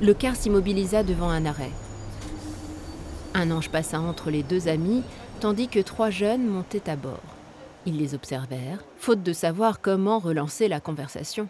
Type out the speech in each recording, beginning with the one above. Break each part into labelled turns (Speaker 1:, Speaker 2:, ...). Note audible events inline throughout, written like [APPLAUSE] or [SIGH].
Speaker 1: Le car s'immobilisa devant un arrêt. Un ange passa entre les deux amis, tandis que trois jeunes montaient à bord. Ils les observèrent, faute de savoir comment relancer la conversation.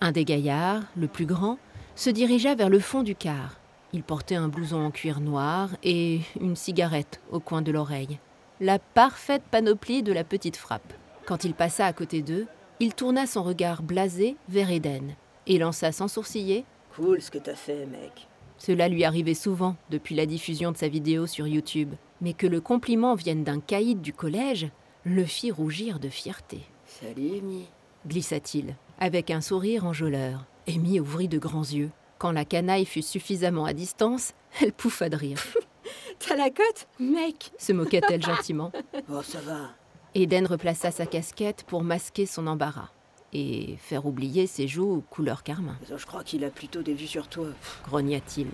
Speaker 1: Un des gaillards, le plus grand, se dirigea vers le fond du car. Il portait un blouson en cuir noir et une cigarette au coin de l'oreille. La parfaite panoplie de la petite frappe. Quand il passa à côté d'eux, il tourna son regard blasé vers Eden et lança sans sourciller
Speaker 2: Cool ce que t'as fait, mec.
Speaker 1: Cela lui arrivait souvent depuis la diffusion de sa vidéo sur YouTube. Mais que le compliment vienne d'un caïd du collège le fit rougir de fierté.
Speaker 2: Salut, Amy. [LAUGHS]
Speaker 1: Glissa-t-il, avec un sourire enjôleur. Amy ouvrit de grands yeux. Quand la canaille fut suffisamment à distance, elle pouffa de rire.
Speaker 3: [LAUGHS] T'as la cote, mec
Speaker 1: se moquait-elle gentiment.
Speaker 2: Oh, ça va.
Speaker 1: Eden replaça sa casquette pour masquer son embarras et faire oublier ses joues couleur carmin,
Speaker 2: Mais Je crois qu'il a plutôt des vues sur toi. Pff,
Speaker 1: grogna-t-il.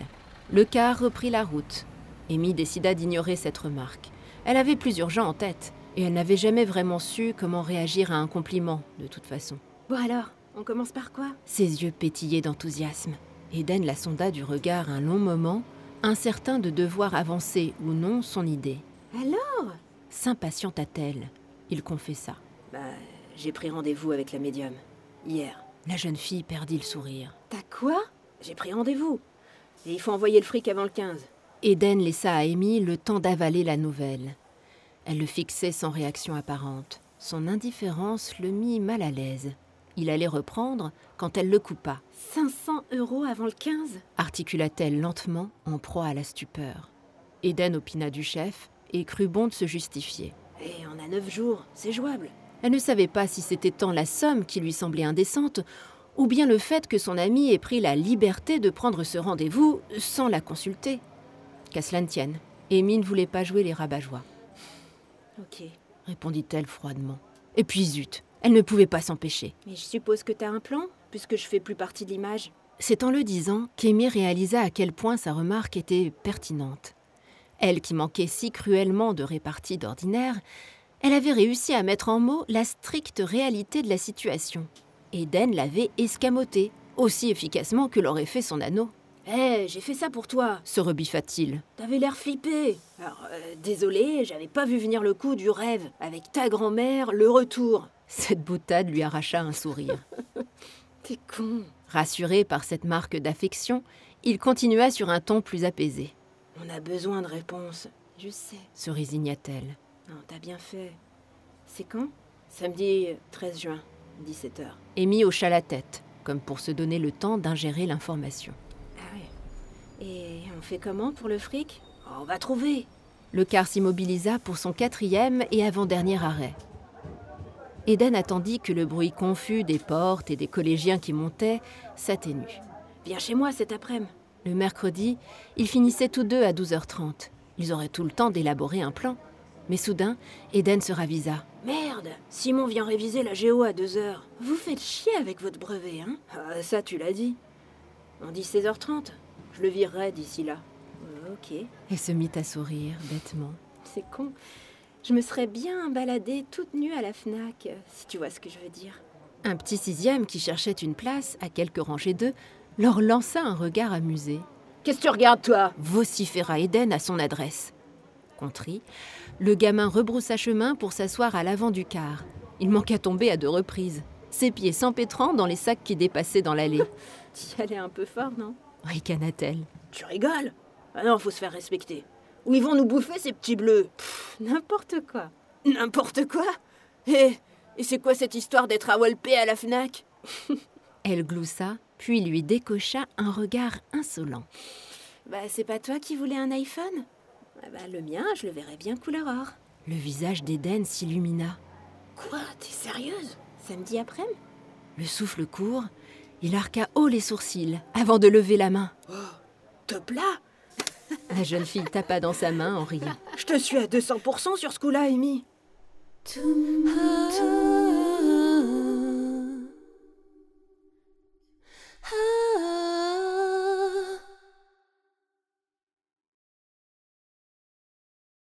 Speaker 1: Le car reprit la route. Amy décida d'ignorer cette remarque. Elle avait plus urgent en tête et elle n'avait jamais vraiment su comment réagir à un compliment, de toute façon.
Speaker 3: Bon alors, on commence par quoi
Speaker 1: Ses yeux pétillaient d'enthousiasme. Eden la sonda du regard un long moment, incertain de devoir avancer ou non son idée.
Speaker 3: Alors
Speaker 1: S'impatienta-t-elle Il confessa.
Speaker 2: Bah, j'ai pris rendez-vous avec la médium. Hier.
Speaker 1: La jeune fille perdit le sourire.
Speaker 3: T'as quoi
Speaker 2: J'ai pris rendez-vous. Et il faut envoyer le fric avant le 15.
Speaker 1: Eden laissa à Amy le temps d'avaler la nouvelle. Elle le fixait sans réaction apparente. Son indifférence le mit mal à l'aise. Il allait reprendre quand elle le coupa,
Speaker 3: 500 euros avant le 15
Speaker 1: articula-t-elle lentement, en proie à la stupeur. Eden opina du chef et crut bon de se justifier.
Speaker 2: Et Eh, on a neuf jours, c'est jouable.
Speaker 1: Elle ne savait pas si c'était tant la somme qui lui semblait indécente, ou bien le fait que son ami ait pris la liberté de prendre ce rendez-vous sans la consulter. Qu'à cela ne tienne, Amy ne voulait pas jouer les rabat
Speaker 3: Ok,
Speaker 1: répondit-elle froidement. Et puis zut, elle ne pouvait pas s'empêcher.
Speaker 3: mais je suppose que t'as un plan, puisque je fais plus partie de l'image.
Speaker 1: C'est en le disant qu'Aimée réalisa à quel point sa remarque était pertinente. Elle qui manquait si cruellement de répartie d'ordinaire, elle avait réussi à mettre en mots la stricte réalité de la situation. Eden l'avait escamotée, aussi efficacement que l'aurait fait son anneau.
Speaker 2: Hé, Eh, j'ai fait ça pour toi.
Speaker 1: Se rebiffa-t-il.
Speaker 2: T'avais l'air flippé. Alors, euh, désolé, j'avais pas vu venir le coup du rêve. Avec ta grand-mère, le retour.
Speaker 1: Cette boutade lui arracha un sourire.
Speaker 3: T'es con.
Speaker 1: Rassuré par cette marque d'affection, il continua sur un ton plus apaisé.
Speaker 2: On a besoin de réponses.
Speaker 3: Je sais.
Speaker 1: Se résigna-t-elle.
Speaker 2: Non, t'as bien fait.
Speaker 3: C'est quand
Speaker 2: Samedi euh, 13 juin, 17h.
Speaker 1: Amy hocha la tête, comme pour se donner le temps d'ingérer l'information.
Speaker 3: Ah ouais. Et on fait comment pour le fric Oh,
Speaker 2: on va trouver.
Speaker 1: Le car s'immobilisa pour son quatrième et avant-dernier arrêt. Eden attendit que le bruit confus des portes et des collégiens qui montaient s'atténue.
Speaker 2: Viens chez moi cet après-midi.
Speaker 1: Le mercredi, ils finissaient tous deux à 12h30. Ils auraient tout le temps d'élaborer un plan. Mais soudain, Eden se ravisa.
Speaker 2: Merde Simon vient réviser la géo à 2h.
Speaker 3: Vous faites chier avec votre brevet, hein
Speaker 2: Ah, ça, tu l'as dit. On dit 16h30. Je le virerai d'ici là.
Speaker 3: Ouais, Euh, Ok,
Speaker 1: et se mit à sourire bêtement.
Speaker 3: c'est con. Je me serais bien baladée toute nue à la FNAC, euh, si tu vois ce que je veux dire.
Speaker 1: Un petit sixième qui cherchait une place à quelques rangées d'eux leur lança un regard amusé.
Speaker 2: Qu'est-ce que tu regardes, toi
Speaker 1: vociféra Eden à son adresse. Contrit, le gamin rebroussa chemin pour s'asseoir à l'avant du car. Il manqua tomber à deux reprises, ses pieds s'empêtrant dans les sacs qui dépassaient dans l'allée.
Speaker 3: T'y allais un peu fort, non
Speaker 1: Ricana-t-elle.
Speaker 2: Tu rigoles Ah non, faut se faire respecter. Ou ils vont nous bouffer, ces petits bleus. Pff,
Speaker 3: N'importe quoi.
Speaker 2: N'importe quoi Et, et c'est quoi cette histoire d'être à Walpé à la FNAC
Speaker 1: Elle gloussa, puis lui décocha un regard insolent.
Speaker 3: Bah, c'est pas toi qui voulais un iPhone Ah bah, le mien, je le verrais bien couleur or.
Speaker 1: Le visage d'Eden s'illumina.
Speaker 2: Quoi T'es sérieuse
Speaker 3: Samedi après-midi
Speaker 1: Le souffle court, il arqua haut les sourcils avant de lever la main.
Speaker 2: Top là
Speaker 1: La jeune fille tapa dans sa main en riant.
Speaker 2: Je te suis à 200% sur ce coup-là, Amy.
Speaker 3: Ah.